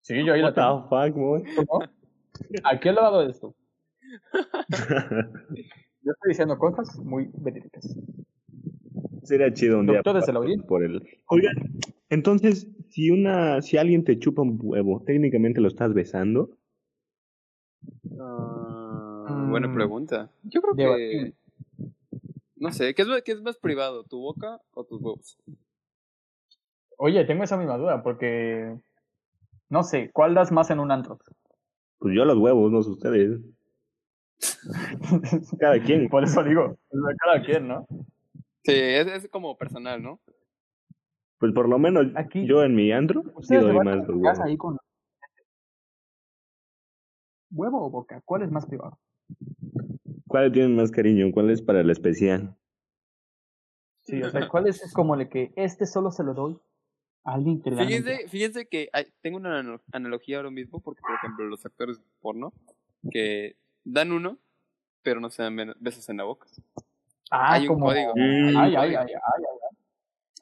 S1: Sí, yo ahí la
S2: What the
S1: tengo.
S2: fuck, boy?
S1: ¿no? ¿A qué lado de esto? Yo estoy diciendo cosas muy verídicas.
S2: Sería chido un día.
S1: Doctores de la audiencia.
S2: Por el... Oigan, entonces, si una, si alguien te chupa un huevo, técnicamente lo estás besando.
S3: Ah, buena
S1: Mm.
S3: pregunta. Yo creo que...
S1: Debatible.
S3: No sé, ¿qué es, ma- ¿qué es más privado, tu boca o tus huevos?
S1: Oye, tengo esa misma duda porque no sé, ¿cuál das más en un antro?
S2: Pues yo los huevos, no sé ustedes. Cada quien.
S1: Por eso digo, pues, cada quien, ¿no?
S3: Sí, es, es como personal, ¿no?
S2: Pues por lo menos
S1: Aquí.
S2: yo en mi andro sí
S1: Ustedes
S2: doy
S1: debaten
S2: más
S1: en
S2: los
S1: su
S2: huevos.
S1: casa ahí con huevo o boca, ¿cuál es más privado?
S2: ¿Cuál tienen más cariño? ¿Cuál es para el especial?
S1: Sí, o sea, ¿cuál es, es como el que este solo se lo doy a alguien que realmente-
S3: Fíjense, fíjense que hay- tengo una ano- analogía ahora mismo, porque por ejemplo los actores porno que dan uno, pero no se dan ben- besos en la boca.
S1: Ah,
S3: hay un
S1: como
S3: código.
S2: Mm.
S1: Ay,
S3: hay un
S1: ay, ay,
S3: código,
S1: ay, ay.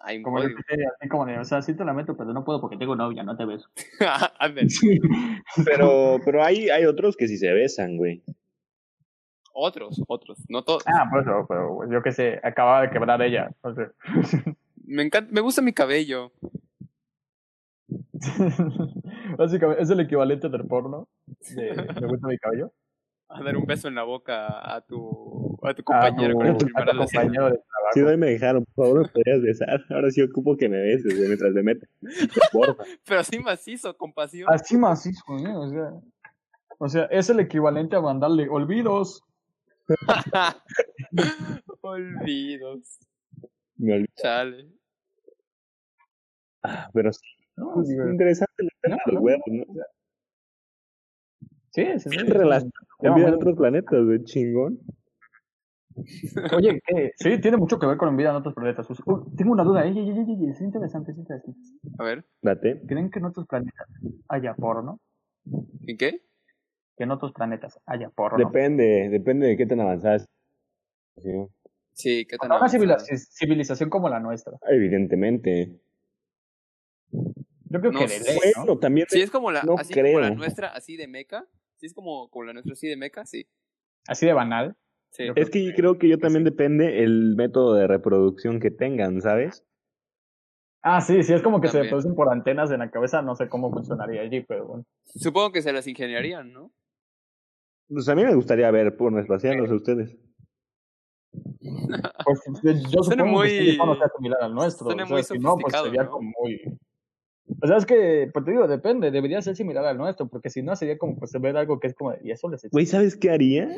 S3: hay un
S1: Como yo
S3: código.
S1: que sé, así como de, o sea, sí te la meto, pero no puedo porque tengo novia, no te beso.
S3: Ándale.
S2: Pero, pero hay, hay otros que sí se besan, güey.
S3: Otros, otros, no todos.
S1: Ah, pues no, pero yo que sé, acababa de quebrar ella. O sea.
S3: Me encanta, me gusta mi cabello.
S1: Básicamente, es el equivalente del porno. De, me gusta mi cabello.
S3: A dar un beso en la boca a tu a tu
S1: A
S3: compañero
S1: tu-
S3: con el
S1: a
S3: que
S1: tu
S3: primero la cena.
S1: Ah, compañero de trabajo.
S2: Si doy me dejaron, por favor, me podrías besar. Ahora sí ocupo que me beses, güey, mientras me metes. Porfa.
S3: Pero así macizo, con pasión.
S1: Así macizo, ¿eh? o sea. O sea, es el equivalente a mandarle olvidos.
S3: Olvidos.
S2: Me olvidé.
S3: Chale.
S2: Ah, Pero sí,
S1: No,
S2: pues,
S1: digo,
S2: interesante el tema de
S1: no,
S2: los huevos, ¿no?
S1: sí, sí, sí.
S2: Bien relacionado.
S1: Ya,
S2: Olvidan
S1: bueno.
S2: otros planetas, güey, chingón.
S1: Oye, ¿qué? sí, tiene mucho que ver con envidia en otros planetas. Us- uh, tengo una duda, ey, ey, ey, ey, ey, es interesante, es interesante.
S3: A ver,
S2: Date.
S1: ¿Creen que en otros planetas haya porno?
S3: ¿en qué?
S1: Que en otros planetas haya porno.
S2: Depende, depende de qué tan avanzadas. Sí,
S3: Sí, ¿qué tan
S1: Una
S3: avanzado?
S1: civiliz- civilización como la nuestra.
S2: Evidentemente.
S1: Yo creo
S3: No
S1: que de ley,
S3: sé.
S1: ¿no?
S2: Bueno, también
S3: Si es como la,
S2: No
S3: así como la
S2: creo.
S3: nuestra, así de meca. Si es como, como la nuestra, así de meca, sí.
S1: Así de banal.
S3: Sí.
S1: Yo
S2: Es que yo creo que yo también depende el método de reproducción que tengan, ¿sabes?
S1: Ah, sí, sí, es como que se
S3: También.
S1: reproducen por antenas en la cabeza. No sé cómo funcionaría allí, pero bueno.
S3: Supongo que se las ingeniarían, ¿no?
S2: Pues a mí me gustaría ver porno espacial, no sé ustedes.
S1: Pues, de- yo
S3: Suena
S1: supongo
S3: muy-
S1: que sí, no sea similar al nuestro.
S3: suena
S1: o sea,
S3: muy
S1: si no, pues
S3: sofisticado,
S1: sería
S3: ¿no?
S1: como muy... O sea, es que, pues te digo, depende, debería ser similar al nuestro, porque si no sería como pues ver algo que es como, de, y eso les
S2: Güey, ¿sabes qué haría?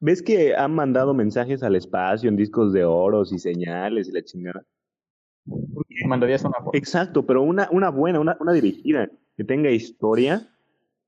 S2: ¿Ves que han mandado mensajes al espacio en discos de oros y señales y la chingada?
S1: mandarías una foto.
S2: Exacto, pero una, una buena, una, una dirigida, que tenga historia,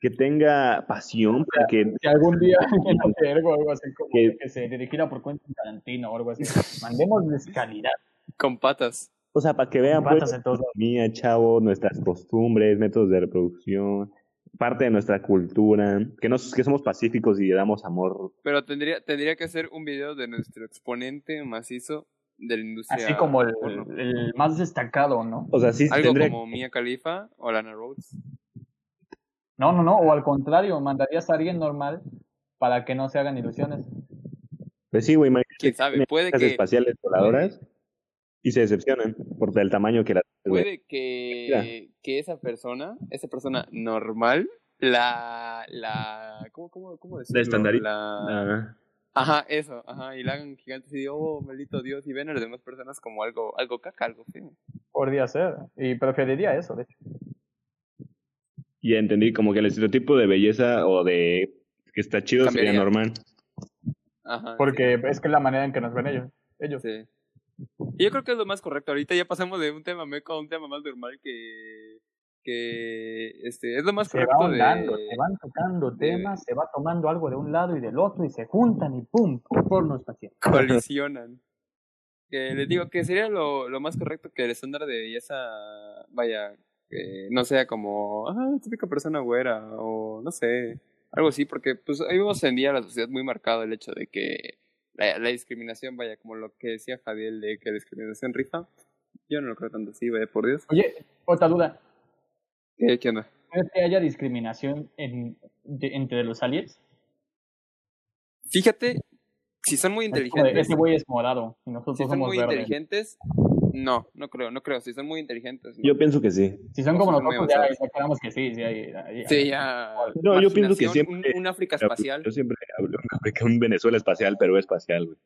S2: que tenga pasión, para que
S1: Que algún día no sé, algo, algo así como que, se dirigiera por cuenta de Tarantino o algo así. Mandémosles calidad.
S3: Con patas.
S2: O sea, para que vean pues,
S1: Patas en todos lados.
S2: mía, chavo, nuestras costumbres, métodos de reproducción, parte de nuestra cultura, que nos, que somos pacíficos y le damos amor.
S3: Pero tendría, tendría que hacer un video de nuestro exponente macizo de la industria.
S1: Así como el,
S3: porno.
S1: el más destacado, ¿no?
S2: O sea, sí
S3: Algo
S2: tendría
S3: como Mia Khalifa o Lana Rhodes.
S1: No, no, no, o al contrario, mandarías a alguien normal para que no se hagan ilusiones.
S2: pues sí, güey, imagínate
S3: Quién sabe, puede
S2: las
S3: que.
S2: espaciales voladoras y se decepcionan por el tamaño que la güey.
S3: Puede que, que esa persona, esa persona normal, la, la, ¿cómo, cómo, cómo decirlo?
S2: La estandariz-
S3: La-
S2: Ah,
S3: Ajá, eso, ajá, y la hagan gigantes y digo, oh, maldito Dios, y ven a las demás personas como algo, algo caca, algo feo.
S1: Podría ser. Y preferiría eso, de hecho.
S2: ya entendí, como que el estereotipo de belleza o de que está chido sería
S3: Cambiaría.
S2: normal.
S3: Ajá.
S1: Porque es que es la manera en que nos ven ellos. ellos.
S3: Sí. Y yo creo que es lo más correcto. Ahorita ya pasamos de un tema meco a un tema más normal que. que este, es lo más
S1: Se
S3: correcto
S1: va ahondando,
S3: de.
S1: se van tocando
S3: de-
S1: temas, se va tomando algo de un lado y del otro y se juntan y ¡pum! Porno espacial.
S3: Colisionan. Que les digo que sería lo, lo más correcto que el estándar de belleza. Vaya, que no sea como. Ah, típica persona güera. O no sé. Algo así, porque pues hoy vemos en día en la sociedad muy marcado el hecho de que. La, la discriminación, vaya, como lo que decía Javier de que la discriminación rifa. Yo no lo creo tanto así, vaya, por Dios. Eh,
S1: Oye, otra duda.
S3: ¿Qué, qué onda?
S1: ¿Crees que haya discriminación en, de- entre los aliens?
S3: Fíjate, si son muy
S1: Es como de,
S3: inteligentes,
S1: Ese güey es morado y nosotros
S3: si son
S1: somos
S3: muy
S1: verdes.
S3: inteligentes, no, no creo, no creo. Si son muy inteligentes, no.
S2: Yo pienso que sí.
S1: Si son como
S3: Somos muy
S1: nosotros, ya
S3: avanzados.
S1: aclaramos que sí. sí, hay- hay-
S3: sí, ya.
S2: No, yo pienso que
S3: marginación,
S2: siempre-
S3: Un, un África espacial.
S2: Yo siempre hablo de que un Venezuela espacial, Perú espacial, güey.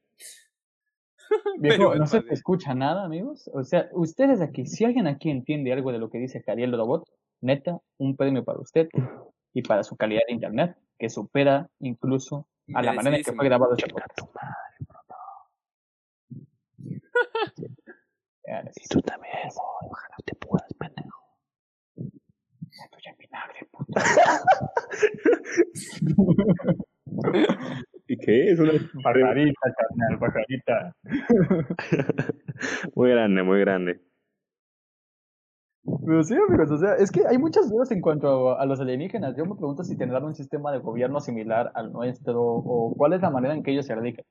S1: Viejo,
S3: Pero
S1: no
S3: es
S1: se te
S3: más bien.
S1: escucha nada, amigos. O sea, ustedes aquí, si alguien aquí entiende algo de lo que dice Cariel Robot, neta, un premio para usted y para su calidad de internet, que supera incluso a la manera en que fue grabado este podcast. Ya,
S2: Y
S1: necesito-
S2: tú también. Ojalá te puedas, pendejo.
S1: estoy en vinagre, pues. puta.
S2: ¿Y qué? Es una
S1: Pajarita, carnal, pajarita.
S2: muy grande, muy grande.
S1: Pero sí, amigos, o sea, es que hay muchas dudas en cuanto a, a los alienígenas. Yo me pregunto si tendrán un sistema de gobierno similar al nuestro o cuál es la manera en que ellos se radican.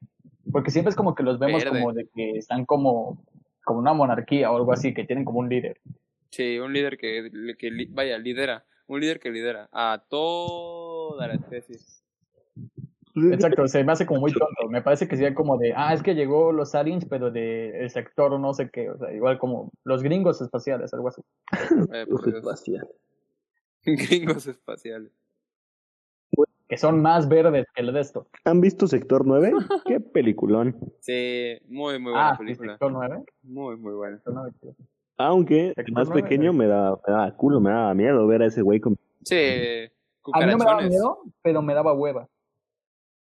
S1: Porque siempre es como que los vemos
S3: Verde.
S1: como de que están como, como una monarquía o algo así, que tienen como un líder.
S3: Sí, un líder que, que li- vaya, lidera. Un líder que lidera a toda la especie.
S2: Pues
S1: Exacto, se me hace como muy tonto. Me parece que sería como de, ah, es que llegó los aliens, pero del el sector no sé qué. O sea, igual como los gringos espaciales, algo así.
S3: Vaya, por Dios. eh, Gringos espaciales.
S1: Que son más verdes que el de esto.
S2: ¿Han visto Sector 9? ¡Qué peliculón!
S3: Sí, muy, muy buena
S1: Ah, sí,
S3: película.
S1: sector 9.
S3: Muy, muy buena.
S1: Sector 9 chido.
S2: Aunque
S1: Sector
S2: más
S1: 9,
S2: pequeño me daba, me daba culo, me daba miedo ver a ese güey con
S3: Sí,
S1: A mí no me daba
S3: cucarachones.
S1: miedo, pero me daba hueva.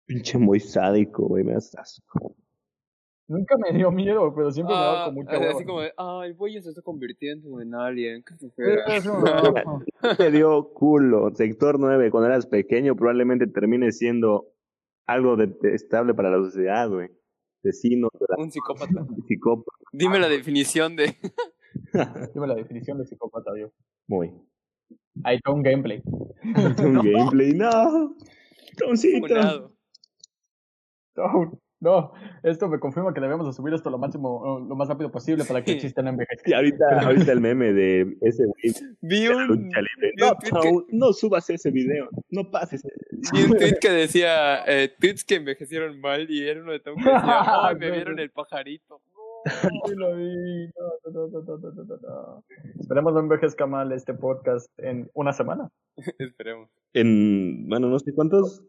S2: pinche muy sádico, güey. Me das asco.
S1: Nunca me dio miedo, pero siempre me daba
S3: Ah,
S1: con mucha
S3: así
S1: hueva.
S3: como de, ay, el güey se está convirtiendo en alien. Qué flojera".
S1: Eso, no.
S2: Te dio culo. Sector 9, cuando eras pequeño, probablemente termine siendo algo detestable para la sociedad, güey. Vecino,
S3: Un psicópata.
S2: psicópata.
S3: Dime la definición de.
S1: Dime la definición de psicópata, yo.
S2: Muy.
S1: Ahí está un gameplay.
S2: Un gameplay, no. Toncito.
S3: Funado.
S1: No, no, esto me confirma que debemos de subir esto lo máximo, lo más rápido posible para que el
S3: Sí.
S1: chiste no envejezca.
S2: Y ahorita, ahorita el meme de ese güey
S3: Vi
S2: de la
S3: un,
S2: lucha libre.
S3: vi
S2: No,
S3: un tweet que-
S2: Saúl, no subas ese video. No pases.
S3: vi un tweet que decía eh, tweets que envejecieron mal y era uno de Tom que decía, ay, me vieron el pajarito.
S1: Sí, lo vi. No, no, no, no, no, no, no, no. Esperemos no envejezca mal este podcast en una semana.
S3: Esperemos.
S2: En, bueno, no sé cuántos.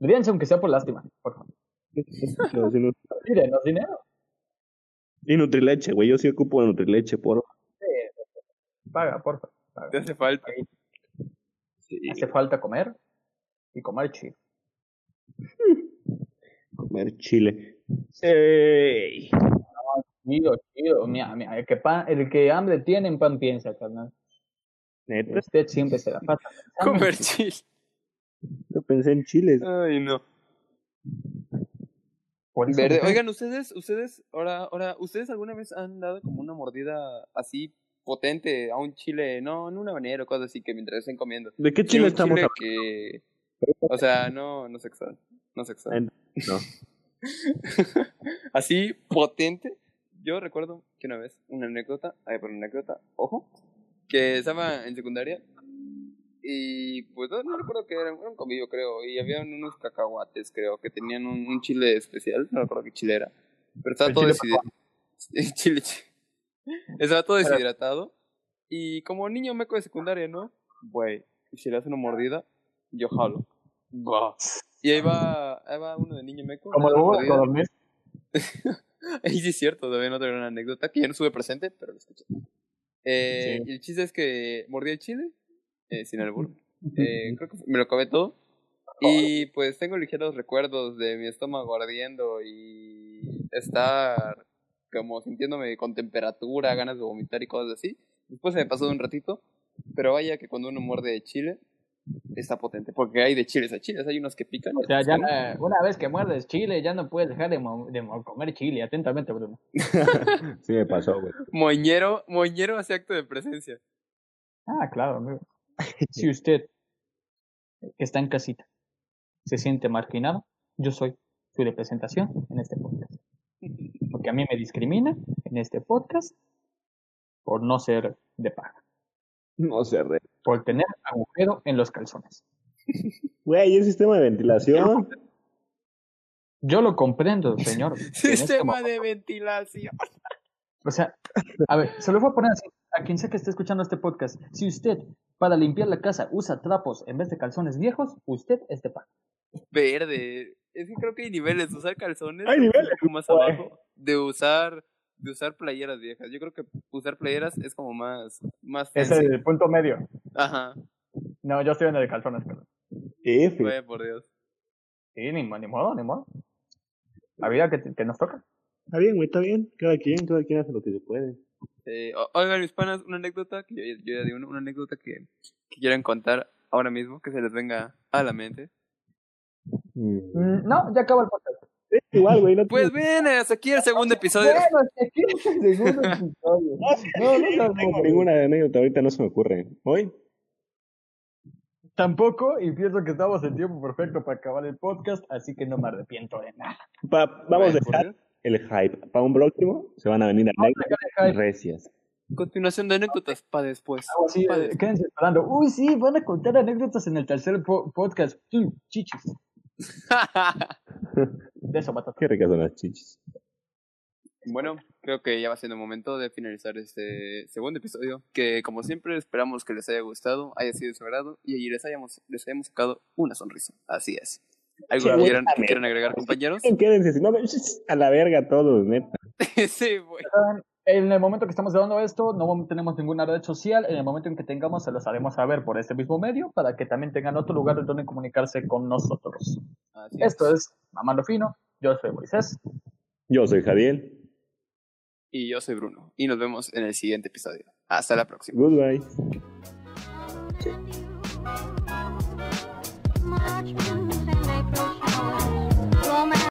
S1: Ríanse aunque sea por lástima, por favor. Tírenos dinero.
S2: Y Nutrileche, güey. Yo sí ocupo Nutrileche, por.
S1: Paga, por favor. paga.
S3: Te hace falta.
S2: Sí,
S1: Hace falta comer y comer chido.
S2: comer chile. Ey.
S1: Chido, chido. Mira, mira, el que, pan- el que hambre tiene, en pan piensa, carnal.
S2: Neta,
S1: Usted siempre se la pasa. pensando.
S3: Comer chile.
S2: yo pensé en chiles.
S3: Ay, no.
S1: Por eso
S3: Verde.
S1: me-
S3: Oigan, ustedes, ustedes, ahora, ahora, ¿ustedes alguna vez han dado como una mordida así potente a un chile? No, en una habanero o cosas así que mientras estén comiendo.
S2: ¿De qué
S3: Sí,
S2: chile
S3: un
S2: estamos
S3: chile que... O sea, no, no sexual. Eh, No sexual.
S2: hablando?
S3: así potente. Yo recuerdo que una vez, una anécdota, ay, perdón, anécdota, ojo, que estaba en secundaria y pues no, no recuerdo que era, era un convivio, creo, y había unos cacahuates, creo, que tenían un, un chile especial, no recuerdo qué chile era, pero estaba
S1: El
S3: todo
S1: chile
S3: deshidratado. chile, chi- estaba todo deshidratado y como niño meco de secundaria, ¿no? Güey, y si le hace una mordida, yo jalo. Buah. Y ahí va, ahí va uno de niño meco.
S1: Como el
S3: una
S1: huevo de
S3: mordida.
S1: codorniz.
S3: Ahí sí es cierto, también otra una anécdota que ya no estuve presente, pero lo escuché. Eh,
S1: Sí.
S3: Y el chiste es que mordí el chile, eh, sin albur. Eh, creo que me lo acabé todo. Y pues tengo ligeros recuerdos de mi estómago ardiendo y estar como sintiéndome con temperatura, ganas de vomitar y cosas así. Después se me pasó de un ratito, pero vaya que cuando uno muerde chile está potente, porque hay de chiles a chiles, hay unos que pican. y
S1: O sea,
S3: otros
S1: ya
S3: que no.
S1: eh, una vez que muerdes chile, ya no puedes dejar de, mo- de mo- comer chile. Atentamente, Bruno.
S2: Sí me pasó, güey.
S3: Moñero, moñero hace acto de presencia.
S1: Ah, claro, amigo. Si usted que está en casita se siente marginado, yo soy su representación en este podcast. Porque a mí me discrimina en este podcast por no ser de paja,
S2: No se re.
S1: por tener agujero en los calzones.
S2: Güey, el sistema de ventilación.
S1: Yo lo comprendo, señor. que en este
S3: Sistema
S1: momento-
S3: de ventilación.
S1: O sea, a ver, se lo voy a poner así. A quien sea que esté escuchando este podcast, si usted para limpiar la casa usa trapos en vez de calzones viejos, usted es de paja.
S3: Verde. Es que creo que hay niveles de usar calzones.
S2: Hay
S3: un
S2: niveles, ¿eh?
S3: poco más
S2: güey.
S3: abajo. De usar, de usar playeras viejas. Yo creo que usar playeras es como más, más fancy.
S1: el punto medio.
S3: Ajá.
S1: No, yo estoy en el de calzones, pero.
S2: F.
S3: Güey, por Dios.
S1: Sí, ni, mo- ni modo, ni modo. La vida que, que nos toca.
S2: Está bien, güey, está bien. Cada quien, cada quien hace lo que se puede.
S3: Eh, o- oigan, mis panas, una anécdota que yo, yo ya di una, una anécdota que, que quieran contar ahora mismo, que se les venga a la mente.
S2: Mm.
S1: Mm, No, ya acaba el podcast.
S2: Es igual, güey. No
S3: Pues
S2: tiene-
S3: bien, hasta aquí el segundo episodio.
S1: Bueno, es que aquí es el segundo episodio.
S2: no, no,
S1: no, no,
S2: tengo
S1: no.
S2: ninguna anécdota. Ahorita no se me ocurre. Hoy,
S1: Tampoco, y pienso que estamos en tiempo perfecto para acabar el podcast, así que no me arrepiento de nada.
S2: pa- vamos a
S3: Güey, por
S2: dejar
S3: Dios.
S2: el hype. Para un próximo se van a venir anécdotas
S1: Acá deja-
S2: recias.
S3: Continuación de anécdotas para después.
S1: algo así,
S3: Pa'
S1: eh,
S3: después.
S1: quédense esperando. Uy, sí, van a contar anécdotas en el tercer po- podcast. Mm, chichis. De eso, batata.
S2: Qué ricas son las chichis.
S3: Bueno, creo que ya va siendo momento de finalizar este segundo episodio, que como siempre esperamos que les haya gustado, haya sido de su agrado y ahí les hayamos, les hayamos sacado una sonrisa. Así es. ¿Algo que quieran, que quieran agregar, compañeros?
S2: Quédense, si no, a la verga todos, neta.
S3: sí, güey.
S1: En el momento que estamos grabando esto, no tenemos ninguna red social. En el momento en que tengamos, se los haremos saber por este mismo medio para que también tengan otro lugar donde comunicarse con nosotros.
S3: Así
S1: Esto es Mamando Fino. Yo soy Moisés.
S2: Yo soy Javier.
S3: Y yo soy Bruno. Y nos vemos en el siguiente episodio. Hasta la próxima.
S2: Goodbye.
S4: much more.